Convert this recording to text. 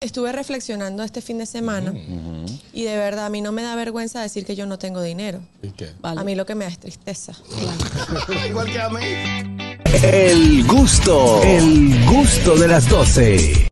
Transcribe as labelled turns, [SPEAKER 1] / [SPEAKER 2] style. [SPEAKER 1] Estuve reflexionando este fin de semana y de verdad a mí no me da vergüenza decir que yo no tengo dinero.
[SPEAKER 2] ¿Y qué?
[SPEAKER 1] A mí lo que me da es tristeza.
[SPEAKER 2] Igual que a mí.
[SPEAKER 3] El gusto, el gusto de las doce.